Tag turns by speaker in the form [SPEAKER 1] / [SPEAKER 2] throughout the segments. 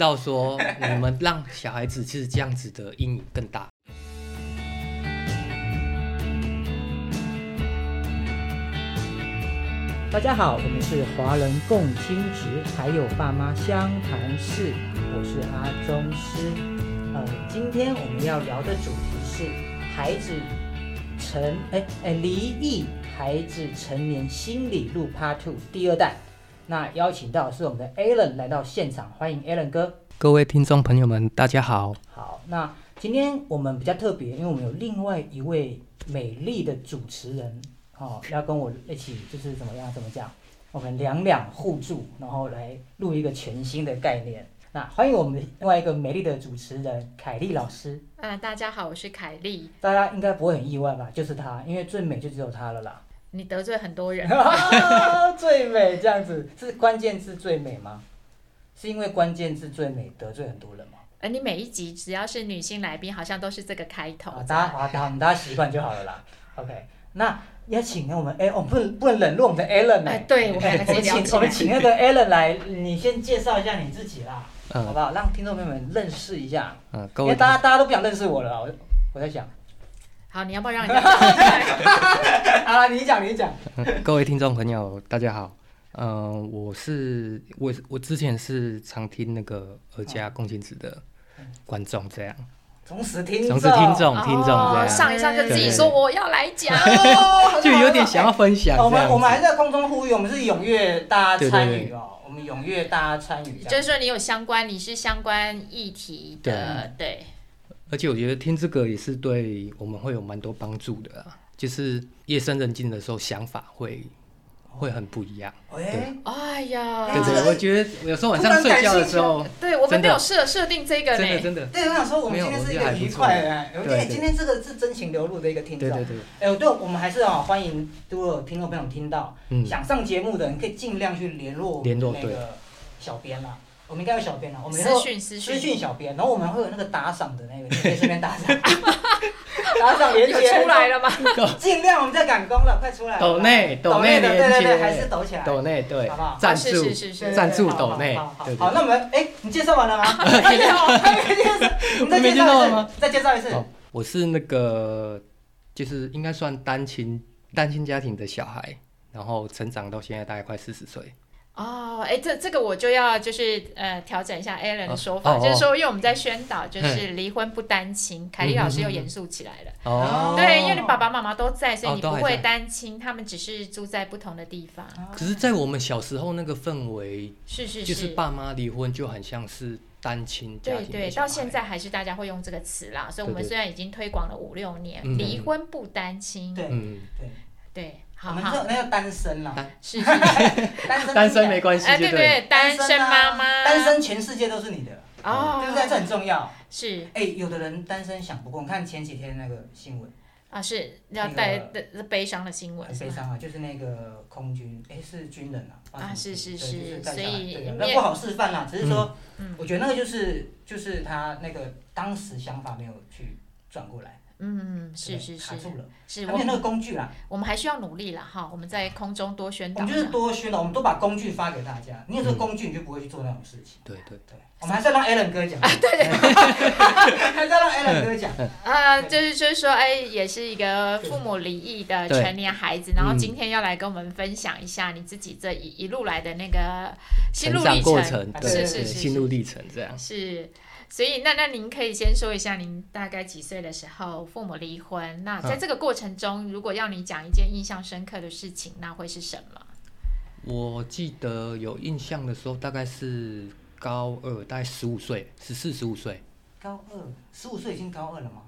[SPEAKER 1] 到说我们让小孩子是这样子的阴影更大。
[SPEAKER 2] 大家好，我们是华人共青值，还有爸妈相谈室，我是阿宗师。呃，今天我们要聊的主题是孩子成哎哎离异孩子成年心理路 Part Two 第二弹。那邀请到是我们的 Alan 来到现场，欢迎 Alan 哥。
[SPEAKER 1] 各位听众朋友们，大家好，
[SPEAKER 2] 好，那今天我们比较特别，因为我们有另外一位美丽的主持人，哦，要跟我一起就是怎么样怎么讲，我们两两互助，然后来录一个全新的概念。那欢迎我们另外一个美丽的主持人凯丽老师，
[SPEAKER 3] 啊，大家好，我是凯莉。
[SPEAKER 2] 大家应该不会很意外吧？就是她，因为最美就只有她了啦。
[SPEAKER 3] 你得罪很多人，
[SPEAKER 2] 啊最美这样子是关键字最美吗？是因为关键字最美得罪很多人吗？
[SPEAKER 3] 而呃你每一集只要是女性来宾，好像都是这个开头
[SPEAKER 2] 啊，。大家啊，大家我们大家习惯就好了啦。OK，那也请我们哎，我们不能不能冷落我们的 Alan 呢、
[SPEAKER 3] 哎，对，我们
[SPEAKER 2] 哎
[SPEAKER 3] 来
[SPEAKER 2] 我
[SPEAKER 3] 先
[SPEAKER 2] 们
[SPEAKER 3] 聊
[SPEAKER 2] 请
[SPEAKER 3] 起
[SPEAKER 2] 我
[SPEAKER 3] 来
[SPEAKER 2] 们。请那个 Alan 来，你先介绍一下你自己啦，
[SPEAKER 1] 嗯
[SPEAKER 2] 好不好？让听众朋友们认识一下，
[SPEAKER 1] 嗯，各
[SPEAKER 2] 因为
[SPEAKER 1] 位
[SPEAKER 2] 大家大家都不想认识我了啦。我我在想，
[SPEAKER 3] 好，你要不要 让人家？
[SPEAKER 2] 好啦，你讲你讲，
[SPEAKER 1] 嗯各位听众朋友，大家好。呃，我是我我之前是常听那个儿家共青子的观众，这样，
[SPEAKER 2] 忠实听
[SPEAKER 1] 总
[SPEAKER 2] 众，
[SPEAKER 1] 是听众听众
[SPEAKER 3] 哦，
[SPEAKER 1] 这
[SPEAKER 3] 上一上就自己说
[SPEAKER 1] 对对
[SPEAKER 3] 我要来讲。
[SPEAKER 2] 哦
[SPEAKER 1] 样， 就有点想。要分享
[SPEAKER 2] 很好很好
[SPEAKER 1] 这样
[SPEAKER 2] 哎我们
[SPEAKER 1] 子。
[SPEAKER 2] 我们还在空中呼吁，我们是踊跃大家参
[SPEAKER 1] 对对
[SPEAKER 2] 与哦，我们踊跃大家参与这样。
[SPEAKER 3] 就是说你有相关，你是相关议题的，对，
[SPEAKER 1] 而且我觉得听这个也是对我们会有蛮多帮助的啊，就是夜深人静的时候想法会会很不一样，
[SPEAKER 2] 哎，
[SPEAKER 3] 哎呀，
[SPEAKER 1] 对不对？我觉得有时候晚上睡觉的时候，
[SPEAKER 3] 对我们
[SPEAKER 1] 真的
[SPEAKER 3] 没有设设定这个
[SPEAKER 1] 真的
[SPEAKER 3] 呢，
[SPEAKER 1] 真的，
[SPEAKER 2] 对，我想说我
[SPEAKER 1] 没
[SPEAKER 2] 们
[SPEAKER 1] 有
[SPEAKER 2] 今天是一
[SPEAKER 1] 我觉得
[SPEAKER 2] 个
[SPEAKER 1] 还不
[SPEAKER 2] 愉
[SPEAKER 1] 错
[SPEAKER 2] 快的哎，我觉得
[SPEAKER 1] 对
[SPEAKER 2] 哎
[SPEAKER 1] 对
[SPEAKER 2] 今天这个是真情流露的一个听
[SPEAKER 1] 对
[SPEAKER 2] 众
[SPEAKER 1] 对。对，
[SPEAKER 2] 哎、对，我们还是啊、欢迎，如果有听众朋友听到、
[SPEAKER 1] 嗯，
[SPEAKER 2] 想上节目的人，可以尽量去联络
[SPEAKER 1] 联络
[SPEAKER 2] 那
[SPEAKER 1] 对
[SPEAKER 2] 个小编啦。我们应该有小编啦，我们以
[SPEAKER 3] 私
[SPEAKER 2] 后
[SPEAKER 3] 讯私
[SPEAKER 2] 私
[SPEAKER 3] 讯
[SPEAKER 2] 讯小编，然后我们会有那个打赏的那个，你可以顺便打赏， 打赏连
[SPEAKER 3] 有
[SPEAKER 2] 接
[SPEAKER 3] 出来，了吗？
[SPEAKER 2] 尽量我们在赶工了，快出来了
[SPEAKER 1] 抖内
[SPEAKER 2] 抖
[SPEAKER 1] 抖内
[SPEAKER 2] 的，
[SPEAKER 1] 连
[SPEAKER 2] 对对
[SPEAKER 1] 接
[SPEAKER 2] 对，还是抖起来，
[SPEAKER 1] 抖内对
[SPEAKER 2] 好不好，
[SPEAKER 1] 赞
[SPEAKER 3] 哦是
[SPEAKER 1] 助
[SPEAKER 3] 是是
[SPEAKER 2] 对对
[SPEAKER 3] 是
[SPEAKER 2] 对
[SPEAKER 1] 赞助
[SPEAKER 2] 好好
[SPEAKER 1] 抖内
[SPEAKER 2] 好好
[SPEAKER 1] 对对
[SPEAKER 2] 好，那我们哎，你介绍完了吗？
[SPEAKER 3] 哎呦，
[SPEAKER 2] 还没介绍，你再
[SPEAKER 1] 没
[SPEAKER 2] 介
[SPEAKER 1] 介绍
[SPEAKER 2] 绍
[SPEAKER 1] 完
[SPEAKER 2] 一
[SPEAKER 1] 吗
[SPEAKER 2] 次，再介绍一次。
[SPEAKER 1] 哦我是那个就是应该算单亲单亲家庭的小孩，然后成长到现在大概快四十岁，
[SPEAKER 3] 哦，哎，这这个我就要就是呃调整一下 Alan 的说
[SPEAKER 1] 哦
[SPEAKER 3] 法，
[SPEAKER 1] 哦嗯
[SPEAKER 3] 就是说，因为我们在宣导就是离婚不单亲，凯莉老师又严肃起来了。
[SPEAKER 1] 哦，
[SPEAKER 3] 对，因为你爸爸妈妈都在，所以
[SPEAKER 1] 哦
[SPEAKER 3] 你
[SPEAKER 1] 都
[SPEAKER 3] 不
[SPEAKER 1] 还
[SPEAKER 3] 会
[SPEAKER 1] 在
[SPEAKER 3] 单亲，他们只是住在不同的地方。
[SPEAKER 1] 可是，在我们小时候那个氛围，
[SPEAKER 3] 是是
[SPEAKER 1] 就是爸妈离婚就很像是单亲家
[SPEAKER 3] 对
[SPEAKER 1] 庭的
[SPEAKER 3] 对，
[SPEAKER 1] 小
[SPEAKER 3] 到
[SPEAKER 1] 孩
[SPEAKER 3] 现在还是大家会用这个词啦，所以我
[SPEAKER 1] 对
[SPEAKER 3] 们
[SPEAKER 1] 对
[SPEAKER 3] 虽然已经推广了五六年
[SPEAKER 1] 嗯，
[SPEAKER 3] 离婚不单亲，
[SPEAKER 2] 对
[SPEAKER 1] 嗯，
[SPEAKER 3] 对，
[SPEAKER 2] 我
[SPEAKER 3] 好
[SPEAKER 2] 们这种
[SPEAKER 3] 好，
[SPEAKER 2] 那叫单身啦，
[SPEAKER 3] 是是，是
[SPEAKER 2] 单 身
[SPEAKER 1] 单身没关系，
[SPEAKER 3] 哎，
[SPEAKER 1] 就
[SPEAKER 3] 对对，单
[SPEAKER 2] 啊
[SPEAKER 3] 身妈妈，
[SPEAKER 2] 单身全世界都是你的，对不对？这
[SPEAKER 3] 哦，
[SPEAKER 2] 很重要。
[SPEAKER 3] 是
[SPEAKER 2] 哎，有的人单身想不过，你看前几天那个新闻
[SPEAKER 3] 啊，是要
[SPEAKER 2] 那
[SPEAKER 3] 带
[SPEAKER 2] 个
[SPEAKER 3] 的悲伤的新闻
[SPEAKER 2] 很
[SPEAKER 3] 是
[SPEAKER 2] 悲
[SPEAKER 3] 吗？
[SPEAKER 2] 伤啊，就是那个空军，哎，是军人啊，
[SPEAKER 3] 啊是是
[SPEAKER 2] 对
[SPEAKER 3] 是
[SPEAKER 2] 就是带
[SPEAKER 3] 所
[SPEAKER 2] 小孩
[SPEAKER 3] 以
[SPEAKER 2] 对啊
[SPEAKER 3] 你
[SPEAKER 2] 那
[SPEAKER 3] 也
[SPEAKER 2] 不好示范啦，只是说
[SPEAKER 3] 嗯，
[SPEAKER 2] 我觉得那个就是就是他那个当时想法没有去转过来，
[SPEAKER 3] 嗯，
[SPEAKER 2] 对不
[SPEAKER 3] 是
[SPEAKER 2] 对
[SPEAKER 3] 是
[SPEAKER 2] 卡
[SPEAKER 3] 是
[SPEAKER 2] 住了，
[SPEAKER 3] 是，
[SPEAKER 2] 他
[SPEAKER 3] 我
[SPEAKER 2] 没有那个
[SPEAKER 3] 们
[SPEAKER 2] 工具啦。
[SPEAKER 3] 我们还需要努力啦哈，我们在空中多宣
[SPEAKER 2] 我
[SPEAKER 3] 导
[SPEAKER 2] 们
[SPEAKER 3] 一
[SPEAKER 2] 就是
[SPEAKER 3] 下。
[SPEAKER 2] 多宣导，我们都把工具发给大
[SPEAKER 3] 嗯
[SPEAKER 2] 家。你有这个工具，你就不会去做那种事情。
[SPEAKER 1] 对对
[SPEAKER 2] 对，我们还是要让 Alan 哥
[SPEAKER 3] 啊
[SPEAKER 2] 讲。对 还是要让 Alan 哥讲。
[SPEAKER 3] 呃，就是就是说，哎，也是一个父母离异的
[SPEAKER 1] 对
[SPEAKER 3] 成年孩子，然后
[SPEAKER 1] 嗯
[SPEAKER 3] 今天要来跟我们分享一下你自己这一一路来的那个心
[SPEAKER 1] 成
[SPEAKER 3] 路
[SPEAKER 1] 长
[SPEAKER 3] 历
[SPEAKER 1] 过
[SPEAKER 3] 程，
[SPEAKER 1] 程，
[SPEAKER 2] 啊
[SPEAKER 1] 对
[SPEAKER 3] 是
[SPEAKER 1] 对
[SPEAKER 3] 是
[SPEAKER 1] 对
[SPEAKER 3] 是
[SPEAKER 1] 心路历程这样。
[SPEAKER 3] 是。所以，那那您可以先说一下，您大概几岁的时候父母离婚？
[SPEAKER 1] 嗯
[SPEAKER 3] 那在这个过程中，如果要你讲一件印象深刻的事情，那会是什么？
[SPEAKER 1] 我记得有印象的时候，大概是高二，大概十五岁，十四十五岁，
[SPEAKER 2] 高二，十五岁已经高二了吗？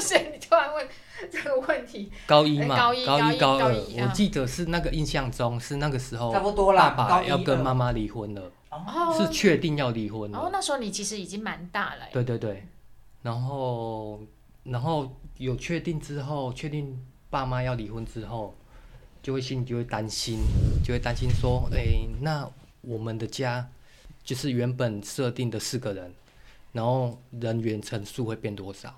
[SPEAKER 3] 所以你突然问这个问题，
[SPEAKER 1] 高一嘛，
[SPEAKER 3] 哎高一
[SPEAKER 1] 高
[SPEAKER 3] 高
[SPEAKER 1] 一
[SPEAKER 3] 一
[SPEAKER 1] 高二，
[SPEAKER 3] 高一
[SPEAKER 1] 我
[SPEAKER 3] 啊
[SPEAKER 1] 记得是那个印象中是那个时候
[SPEAKER 2] 差不多
[SPEAKER 1] 爸
[SPEAKER 2] 啦，
[SPEAKER 1] 哦爸
[SPEAKER 2] 高一
[SPEAKER 1] 要跟妈
[SPEAKER 2] 二
[SPEAKER 1] 妈离婚了，
[SPEAKER 3] 哦，
[SPEAKER 1] 是确定要离婚
[SPEAKER 3] 哦
[SPEAKER 1] 了，，
[SPEAKER 3] 那时候你其实已经蛮大了耶，
[SPEAKER 1] 对对对，然后然后有确定之后，确定爸妈要离婚之后，就会心里就会担心，就会担心说，哎、那我们的家就是原本设定的四个人，然后人员乘数会变多少？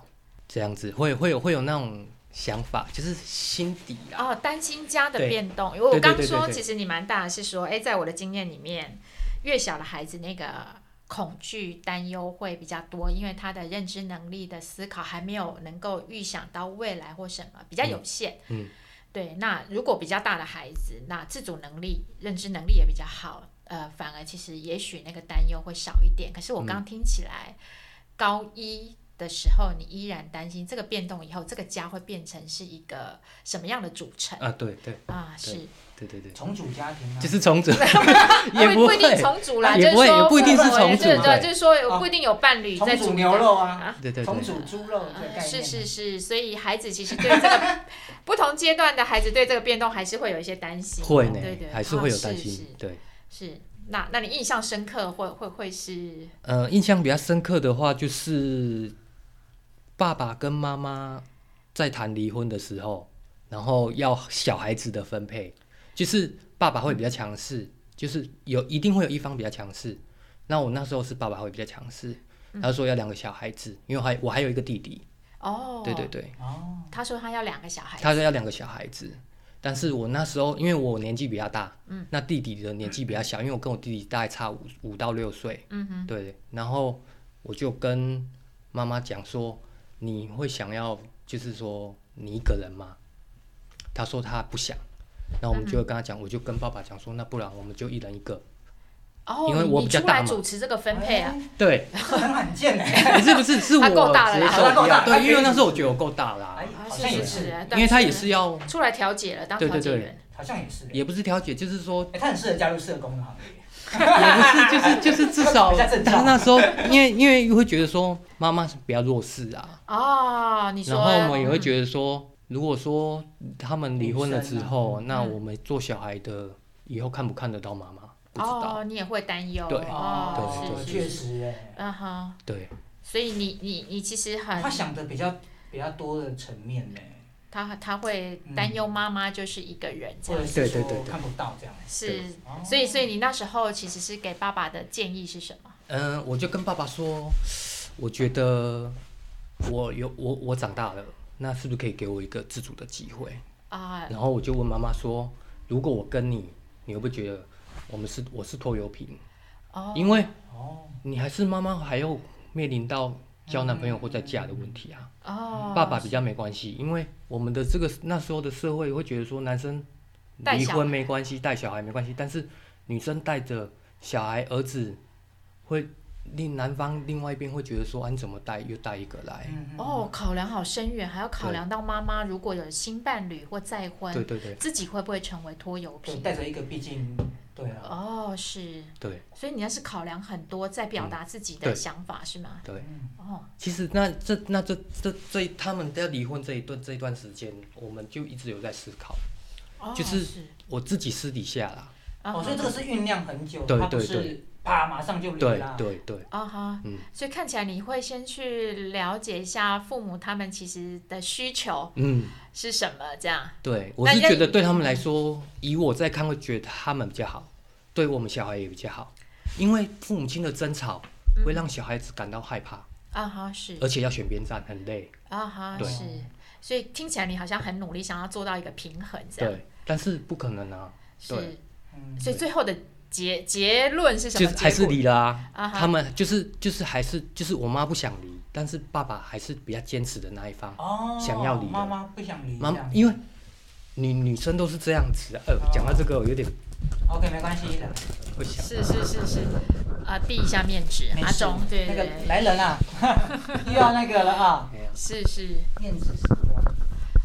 [SPEAKER 1] 这样子会 会有会有那种想法，就是心底啊，
[SPEAKER 3] 哦，单亲家的
[SPEAKER 1] 对
[SPEAKER 3] 变动，因为我
[SPEAKER 1] 对对
[SPEAKER 3] 刚
[SPEAKER 1] 对对
[SPEAKER 3] 说，
[SPEAKER 1] 对
[SPEAKER 3] 其实你蛮大，是说，哎，在我的经验里面，越小的孩子那个恐惧、担忧会比较多，因为他的认知能力的思考还没有能够预想到未来或什么，比较有限。
[SPEAKER 1] 嗯嗯
[SPEAKER 3] 对，那如果比较大的孩子，那自主能力、认知能力也比较好，呃，反而其实也许那个担忧会少一点。可是我
[SPEAKER 1] 嗯
[SPEAKER 3] 刚听起来，高一的时候你依然担心这个变动以后，这个家会变成是一个什么样的组成
[SPEAKER 1] 啊，对对
[SPEAKER 3] 啊？
[SPEAKER 1] 对
[SPEAKER 3] 是，啊
[SPEAKER 1] 对对对，
[SPEAKER 2] 重组家庭啊，
[SPEAKER 1] 就是重 组也
[SPEAKER 3] 不
[SPEAKER 1] 会
[SPEAKER 3] 一，定重组啦，
[SPEAKER 1] 也
[SPEAKER 3] 就是
[SPEAKER 1] 不会
[SPEAKER 3] 说
[SPEAKER 1] 也不一定是
[SPEAKER 3] 我
[SPEAKER 1] 重组
[SPEAKER 3] 对
[SPEAKER 1] 对
[SPEAKER 3] 对，就是说不一定有伴侣在
[SPEAKER 2] 重组
[SPEAKER 3] 的
[SPEAKER 2] 牛肉啊，
[SPEAKER 1] 对对
[SPEAKER 2] 重
[SPEAKER 1] 对，
[SPEAKER 2] 组猪肉的概念啊，
[SPEAKER 3] 是是是，所以孩子其实对这个 不同阶段的孩子对这个变动还是会有一些担心，
[SPEAKER 1] 会
[SPEAKER 3] 对对
[SPEAKER 1] 呢，还是会有担
[SPEAKER 3] 哦是
[SPEAKER 1] 心
[SPEAKER 3] 是，
[SPEAKER 1] 对。
[SPEAKER 3] 是。那那你印象深刻会会会是
[SPEAKER 1] 呃，印象比较深刻的话，就是爸爸跟妈妈在谈离婚的时候，然后要小孩子的分配，就是爸爸会比较强势，就是有一定会有一方比较强势。那我那时候是爸爸会比较强势，他说要两个小孩子，因为我还我还有一个弟弟，
[SPEAKER 3] 哦，
[SPEAKER 1] 对对，对，
[SPEAKER 2] 哦，
[SPEAKER 3] 他说他要两个小孩，嗯
[SPEAKER 1] 他说要两个小孩子。但是我那时候，因为我年纪比较大，嗯，那弟弟的年纪比较小，因为我跟我弟弟大概差五五到六岁，
[SPEAKER 3] 嗯哼，
[SPEAKER 1] 对，然后我就跟妈妈讲说，你会想要就是说你一个人吗？她说她不想，那我们就会跟她讲，我就跟爸爸讲说，那不然我们就一人一个。
[SPEAKER 3] 哦，
[SPEAKER 1] 因为我
[SPEAKER 3] 你
[SPEAKER 1] 比较
[SPEAKER 3] 出
[SPEAKER 1] 大
[SPEAKER 3] 来
[SPEAKER 1] 嘛
[SPEAKER 3] 主持这个分配啊，
[SPEAKER 1] 对，
[SPEAKER 2] 哎，这很罕见哎，
[SPEAKER 1] 不是不是 是我
[SPEAKER 3] 她
[SPEAKER 1] 直接
[SPEAKER 3] 够大了啦
[SPEAKER 1] 受
[SPEAKER 2] 她够
[SPEAKER 1] 不
[SPEAKER 2] 大
[SPEAKER 1] 了，
[SPEAKER 2] 她可
[SPEAKER 1] 对，
[SPEAKER 2] 以
[SPEAKER 1] 因为那时候我觉得我够大啦
[SPEAKER 2] 哎，，
[SPEAKER 3] 啊
[SPEAKER 2] 好
[SPEAKER 3] 是
[SPEAKER 2] 像也
[SPEAKER 3] 是
[SPEAKER 2] 是，
[SPEAKER 3] 是，
[SPEAKER 1] 因为她
[SPEAKER 3] 他
[SPEAKER 1] 也是要，
[SPEAKER 2] 哎
[SPEAKER 3] 出来调解了，当
[SPEAKER 1] 对
[SPEAKER 3] 调
[SPEAKER 1] 对
[SPEAKER 3] 解
[SPEAKER 1] 对
[SPEAKER 3] 员，
[SPEAKER 2] 好像也是，
[SPEAKER 1] 也不是调解，就是说
[SPEAKER 2] 哎，他很适合加入社工的行业，
[SPEAKER 1] 也不是，就是就是至少嗯
[SPEAKER 2] 比较正常
[SPEAKER 1] 她那时候，因为因为会觉得说妈妈是比较弱势啊，
[SPEAKER 3] 哦，你说，
[SPEAKER 1] 然后我们也会觉得说，如果说他们离婚了之后，
[SPEAKER 3] 生啊
[SPEAKER 1] 那
[SPEAKER 3] 嗯
[SPEAKER 1] 我们做小孩的以后看不看得到妈妈？不知道，
[SPEAKER 3] 哦，你也会担忧，
[SPEAKER 1] 对
[SPEAKER 3] 哦，
[SPEAKER 1] 对
[SPEAKER 3] 是
[SPEAKER 2] 确
[SPEAKER 3] 是是，
[SPEAKER 2] 实哎，
[SPEAKER 3] 嗯哼，
[SPEAKER 1] 对，
[SPEAKER 3] 所以你你你其实很
[SPEAKER 2] 他想的比较比较多的层面呢，
[SPEAKER 3] 他他会担忧妈妈就是一个人这
[SPEAKER 2] 或
[SPEAKER 3] 样，
[SPEAKER 2] 者
[SPEAKER 1] 嗯对
[SPEAKER 2] 是
[SPEAKER 1] 对对
[SPEAKER 2] 说
[SPEAKER 1] 对
[SPEAKER 2] 看不到这样，
[SPEAKER 3] 是，
[SPEAKER 2] 哦
[SPEAKER 3] 所以所以你那时候其实是给爸爸的建议是什么？
[SPEAKER 1] 嗯、我就跟爸爸说，我觉得我有我我长大了，那是不是可以给我一个自主的机会？
[SPEAKER 3] 啊、
[SPEAKER 1] 然后我就问妈妈说，如果我跟你，你会不会觉得我们是我是拖油瓶？
[SPEAKER 3] 哦，
[SPEAKER 1] 因为
[SPEAKER 2] 哦，
[SPEAKER 1] 你还是妈妈，还要面临到交男朋友或再嫁的问题啊。
[SPEAKER 3] 哦，
[SPEAKER 1] 爸爸比较没关系，因为我们的这个那时候的社会会觉得说男生
[SPEAKER 3] 带
[SPEAKER 1] 离
[SPEAKER 3] 小
[SPEAKER 1] 婚
[SPEAKER 3] 孩
[SPEAKER 1] 没关系，带小孩没关系，但是女生带着小孩儿子会令男方另外一边会觉得说，啊你怎么带又带一个来？
[SPEAKER 2] 嗯，
[SPEAKER 3] 哦，考量好深远，还要考量到妈妈如果有新伴侣或再
[SPEAKER 2] 嗯
[SPEAKER 3] 婚，
[SPEAKER 1] 对对对
[SPEAKER 3] 自己会不会成为拖油
[SPEAKER 2] 就
[SPEAKER 3] 瓶？
[SPEAKER 2] 带着一个，毕竟对啊，
[SPEAKER 3] 哦，是，
[SPEAKER 1] 对
[SPEAKER 3] 所以你要是考量很多，再表达自己的
[SPEAKER 1] 嗯对
[SPEAKER 3] 想法、是吗？
[SPEAKER 1] 对。
[SPEAKER 2] 嗯，
[SPEAKER 3] 哦，
[SPEAKER 1] 其实那这那这这这他们要离婚这一段这一段时间，我们就一直有在思考，
[SPEAKER 3] 哦
[SPEAKER 1] 就是
[SPEAKER 3] 是，
[SPEAKER 1] 我自己私底下啦，
[SPEAKER 3] 啊
[SPEAKER 2] 哦，所以这个是酝酿很久，
[SPEAKER 1] 对
[SPEAKER 2] 他不
[SPEAKER 1] 对
[SPEAKER 2] 是啪马上就离
[SPEAKER 1] 对
[SPEAKER 2] 啦，
[SPEAKER 1] 对对，
[SPEAKER 3] 啊哈，
[SPEAKER 1] 嗯
[SPEAKER 3] 所以看起来你会先去了解一下父母他们其实的需求
[SPEAKER 1] 嗯。
[SPEAKER 3] 是什么，这样
[SPEAKER 1] 对，我
[SPEAKER 3] 那嗯
[SPEAKER 1] 是
[SPEAKER 3] 那
[SPEAKER 1] 觉得
[SPEAKER 3] 你
[SPEAKER 1] 对他们来说，以我在看会觉得他们比较好，对我们小孩也比较好，因为父母亲的争吵
[SPEAKER 3] 嗯
[SPEAKER 1] 会让小孩子感到害怕，
[SPEAKER 3] 啊哈是
[SPEAKER 1] 而且要选边站很累。
[SPEAKER 3] 啊哈
[SPEAKER 1] 对
[SPEAKER 3] 是，所以听起来你好像很努力，想要做到一个平衡，这样
[SPEAKER 1] 对，但是不可能啊，
[SPEAKER 3] 是
[SPEAKER 1] 对。
[SPEAKER 2] 嗯，
[SPEAKER 3] 所以最后的结结论是什
[SPEAKER 1] 就
[SPEAKER 3] 么？
[SPEAKER 1] 是还是
[SPEAKER 3] 结果
[SPEAKER 1] 离了啊。
[SPEAKER 3] 啊哈
[SPEAKER 1] 他们就是就是还是就是我妈不想离，但是爸爸还是比较坚持的那一方。
[SPEAKER 2] 哦，
[SPEAKER 1] 想要离了
[SPEAKER 2] 妈妈不想
[SPEAKER 3] 嗯
[SPEAKER 2] 离，
[SPEAKER 1] 妈
[SPEAKER 2] 这样，
[SPEAKER 3] 啊
[SPEAKER 1] 因为女女生都是这样子啊，呃，讲到这个我有点
[SPEAKER 2] OK 没关系的，
[SPEAKER 1] 会想。
[SPEAKER 3] 是是是是啊，递一下面纸，
[SPEAKER 2] 没
[SPEAKER 3] 阿
[SPEAKER 2] 事
[SPEAKER 3] 忠对
[SPEAKER 2] 那
[SPEAKER 3] 对
[SPEAKER 2] 个
[SPEAKER 3] 对，
[SPEAKER 2] 来人啊，又要那个了啊，
[SPEAKER 1] 哎呀
[SPEAKER 3] 是是
[SPEAKER 2] 面子是吧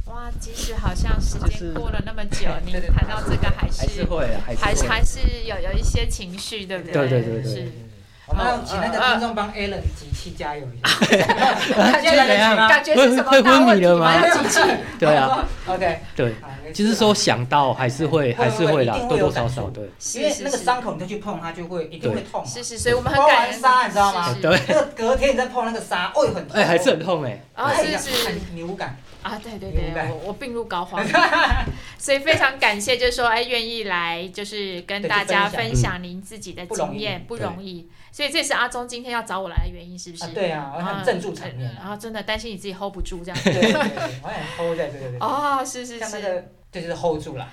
[SPEAKER 3] 哇，即使好像时
[SPEAKER 1] 就是
[SPEAKER 3] 间过了那么久，你
[SPEAKER 2] 对对对
[SPEAKER 3] 谈到这个还
[SPEAKER 1] 还是
[SPEAKER 3] 是
[SPEAKER 1] 会啊，还
[SPEAKER 3] 还
[SPEAKER 1] 是
[SPEAKER 3] 是
[SPEAKER 1] 会。
[SPEAKER 3] 还是有有一些情绪，对不对？
[SPEAKER 1] 对对对对
[SPEAKER 3] 是。
[SPEAKER 2] 我们要请那个听众帮 Alan 集气加油一下，
[SPEAKER 1] 啊
[SPEAKER 2] 现在来得及吗
[SPEAKER 3] 感觉是什么
[SPEAKER 1] 会会
[SPEAKER 3] 大
[SPEAKER 1] 昏
[SPEAKER 3] 问
[SPEAKER 1] 迷
[SPEAKER 3] 题
[SPEAKER 1] 了
[SPEAKER 3] 吗？
[SPEAKER 1] 吗
[SPEAKER 3] 要集气，
[SPEAKER 1] 对啊，
[SPEAKER 2] ，OK，
[SPEAKER 1] 对。
[SPEAKER 2] 好没事
[SPEAKER 1] 就是说想到还是会
[SPEAKER 2] 会
[SPEAKER 1] 还是会啦
[SPEAKER 2] 会一，定
[SPEAKER 1] 多
[SPEAKER 2] 会有
[SPEAKER 1] 多少少
[SPEAKER 2] 感触
[SPEAKER 1] 对
[SPEAKER 2] 因为那个
[SPEAKER 3] 是
[SPEAKER 2] 伤口你再去碰它就会一定会痛嘛，
[SPEAKER 3] 是是，所以我们很
[SPEAKER 2] 刮
[SPEAKER 3] 感
[SPEAKER 2] 完
[SPEAKER 3] 恩，
[SPEAKER 2] 痧你知道吗
[SPEAKER 3] 是是
[SPEAKER 1] 对，
[SPEAKER 2] 那个隔天你再碰那个沙，哦，很痛，
[SPEAKER 1] 哎还是很痛哎，
[SPEAKER 3] 啊，
[SPEAKER 2] 哎
[SPEAKER 3] 是
[SPEAKER 2] 呀
[SPEAKER 3] 是
[SPEAKER 2] 很无感，
[SPEAKER 3] 啊，对对
[SPEAKER 2] 明白
[SPEAKER 3] 对，我我病入 膏肓，所以非常感谢，就是说，哎，愿意来，就是跟
[SPEAKER 2] 对
[SPEAKER 3] 大家
[SPEAKER 2] 去分
[SPEAKER 3] 分
[SPEAKER 1] 嗯
[SPEAKER 3] 享您自己的经验，
[SPEAKER 1] 不
[SPEAKER 3] 不
[SPEAKER 1] 容易
[SPEAKER 3] 容易，所以这是阿忠今天要找我来的原因，是不
[SPEAKER 2] 啊
[SPEAKER 3] 是？
[SPEAKER 2] 对啊，我很镇住场面
[SPEAKER 3] 然
[SPEAKER 2] 啊，
[SPEAKER 3] 后真的担心你自己 hold 不住这样。
[SPEAKER 2] 对对对，我很 hold 在这个，
[SPEAKER 3] 哦，是是
[SPEAKER 2] 像那
[SPEAKER 3] 是，
[SPEAKER 2] 个这就是 hold 住了。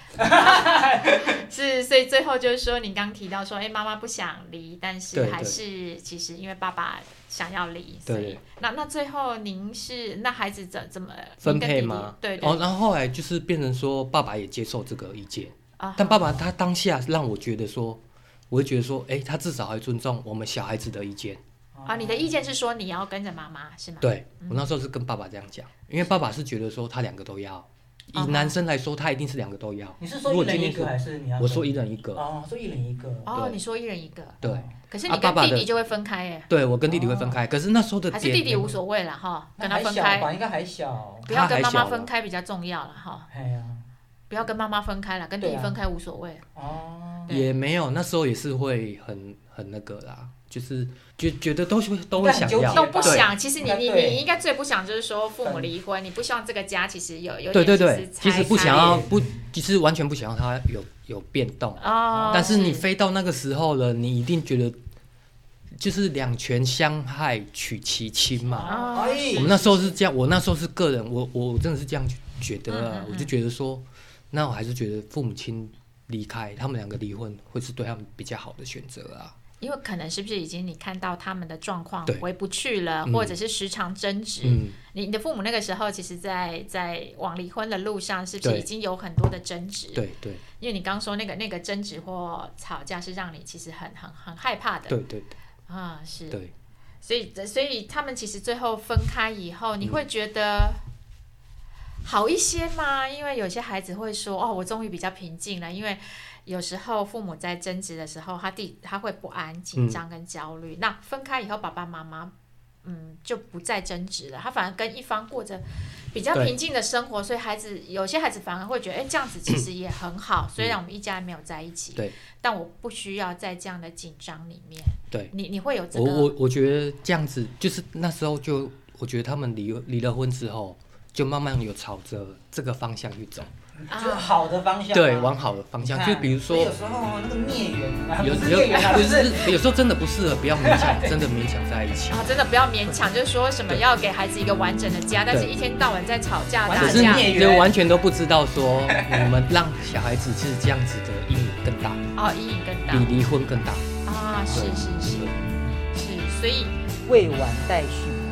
[SPEAKER 3] 是，所以最后就是说，你刚刚提到说，哎、妈妈不想离，但是
[SPEAKER 1] 对
[SPEAKER 3] 还是其实因为爸爸想要离，所以
[SPEAKER 1] 对
[SPEAKER 3] 那那最后您是那孩子怎怎么
[SPEAKER 1] 分
[SPEAKER 3] 您跟
[SPEAKER 1] 配
[SPEAKER 3] 弟弟
[SPEAKER 1] 吗？
[SPEAKER 3] 对对
[SPEAKER 1] 哦，然后后来就是变成说，爸爸也接受这个意见，
[SPEAKER 3] 啊
[SPEAKER 1] 但爸爸他当下让我觉得说，我会觉得说，哎，他至少还尊重我们小孩子的意见。
[SPEAKER 3] 啊！你的意见是说你要跟着妈妈是吗？
[SPEAKER 1] 对我那时候是跟爸爸这样讲，因为爸爸是觉得说他两个都要，以
[SPEAKER 3] 啊哈
[SPEAKER 1] 男生来说，他一定是两个都要。
[SPEAKER 2] 你是说
[SPEAKER 1] 如果
[SPEAKER 2] 一人
[SPEAKER 1] 今
[SPEAKER 2] 一
[SPEAKER 1] 天
[SPEAKER 2] 个还是你要？
[SPEAKER 1] 我说一人一个，
[SPEAKER 2] 哦，说一人一个。哦
[SPEAKER 3] 哦，
[SPEAKER 1] 对
[SPEAKER 3] 你说一人一个，
[SPEAKER 1] 对
[SPEAKER 3] 可是
[SPEAKER 1] 啊爸
[SPEAKER 3] 你跟
[SPEAKER 1] 爸
[SPEAKER 3] 弟
[SPEAKER 1] 的
[SPEAKER 3] 弟就会分开耶，
[SPEAKER 1] 对，我跟弟弟会分开，可是那时候的
[SPEAKER 3] 还是
[SPEAKER 1] 点
[SPEAKER 3] 弟弟无所谓了哈，
[SPEAKER 2] 那
[SPEAKER 3] 跟他
[SPEAKER 2] 还
[SPEAKER 3] 分
[SPEAKER 2] 小
[SPEAKER 3] 开，
[SPEAKER 2] 吧，应该还小。
[SPEAKER 3] 不要
[SPEAKER 1] 他
[SPEAKER 3] 跟
[SPEAKER 1] 还
[SPEAKER 3] 妈妈
[SPEAKER 1] 小
[SPEAKER 3] 分
[SPEAKER 1] 了
[SPEAKER 3] 开比较重要了哈，
[SPEAKER 2] 哎呀，
[SPEAKER 3] 不要跟妈妈分开了，跟弟弟
[SPEAKER 2] 对啊
[SPEAKER 3] 分开无所谓。
[SPEAKER 2] 哦，
[SPEAKER 3] 对
[SPEAKER 1] 也没有，那时候也是会很很那个啦，就是觉觉得都是都会
[SPEAKER 2] 但很
[SPEAKER 1] 想
[SPEAKER 2] 纠结
[SPEAKER 1] 要，
[SPEAKER 3] 都不
[SPEAKER 1] 对
[SPEAKER 3] 想，其实
[SPEAKER 2] 应
[SPEAKER 3] 你
[SPEAKER 2] 该
[SPEAKER 3] 你
[SPEAKER 2] 对
[SPEAKER 3] 你应该最不想就是说父母离婚，你不希望这个家其实有有
[SPEAKER 1] 对
[SPEAKER 3] 点
[SPEAKER 1] 对对，
[SPEAKER 3] 其
[SPEAKER 1] 其
[SPEAKER 3] 实
[SPEAKER 1] 实
[SPEAKER 3] 拆
[SPEAKER 1] 不想要
[SPEAKER 2] 裂
[SPEAKER 1] 不，其实完全不想要它有有变动。
[SPEAKER 3] 哦，
[SPEAKER 1] 但是你飞到那个时候了，你一定觉得就是两全相害取其轻嘛。
[SPEAKER 3] 哦
[SPEAKER 2] 哎
[SPEAKER 1] 啊我们那时候是这样，我那时候是个人，我我真的是这样觉得啊
[SPEAKER 3] 嗯嗯，嗯
[SPEAKER 1] 我就觉得说，那我还是觉得父母亲离开，他们两个离婚会是对他们比较好的选择啊。
[SPEAKER 3] 因为可能是不是已经你看到他们的状况
[SPEAKER 1] 对
[SPEAKER 3] 回不去了，
[SPEAKER 1] 嗯
[SPEAKER 3] 或者是时常争执，
[SPEAKER 1] 嗯，
[SPEAKER 3] 你你的父母那个时候其实在在往离婚的路上，是不是
[SPEAKER 1] 对
[SPEAKER 3] 已经有很多的争执？
[SPEAKER 1] 对对
[SPEAKER 3] 因为你刚说那个那个争执或吵架是让你其实很很很害怕的
[SPEAKER 1] 对对
[SPEAKER 3] 啊、是
[SPEAKER 1] 对，对，
[SPEAKER 3] 所以所以他们其实最后分开以后，
[SPEAKER 1] 嗯
[SPEAKER 3] 你会觉得好一些吗？因为有些孩子会说：“哦，我终于比较平静了。”因为有时候父母在争执的时候，他弟他会不安、
[SPEAKER 1] 嗯
[SPEAKER 3] 紧张跟焦虑。那分开以后，爸爸妈妈嗯就不再争执了，他反而跟一方过着比较
[SPEAKER 1] 对
[SPEAKER 3] 平静的生活，所以孩子有些孩子反而会觉得：“哎，这样子其实也很 好。虽然我们一家人没有在一起，
[SPEAKER 1] 嗯对
[SPEAKER 3] 但我不需要在这样的紧张里面。
[SPEAKER 1] 对
[SPEAKER 3] 你你会有这
[SPEAKER 1] 我
[SPEAKER 3] 个
[SPEAKER 1] 我我觉得这样子，就是那时候就我觉得他们离离了婚之后，就慢慢有朝着这个方向去走，
[SPEAKER 2] 就是好的方向。啊
[SPEAKER 1] 对，往好的方
[SPEAKER 2] 你
[SPEAKER 1] 向。
[SPEAKER 2] 看
[SPEAKER 1] 就比如
[SPEAKER 2] 所以
[SPEAKER 1] 说
[SPEAKER 2] 有。时候那个孽缘啊，
[SPEAKER 1] 有
[SPEAKER 2] 不是
[SPEAKER 1] 有
[SPEAKER 2] 孽缘
[SPEAKER 1] 有
[SPEAKER 2] 啊，不 是
[SPEAKER 1] 是有时候真的不适合，不要勉强，真的勉强在一起。
[SPEAKER 3] 啊，真的不要勉强，就是说什么要给孩子一个完整的家，但是一天到晚在吵架
[SPEAKER 2] 完
[SPEAKER 3] 打
[SPEAKER 1] 可是
[SPEAKER 3] 架
[SPEAKER 2] 整的
[SPEAKER 1] 你就完全都不知道说，我们让小孩子是这样子的阴影更大，
[SPEAKER 3] 哦，阴影更
[SPEAKER 1] 比
[SPEAKER 3] 大
[SPEAKER 1] 离婚更大。
[SPEAKER 3] 啊，是是是是，所以
[SPEAKER 2] 未完待续。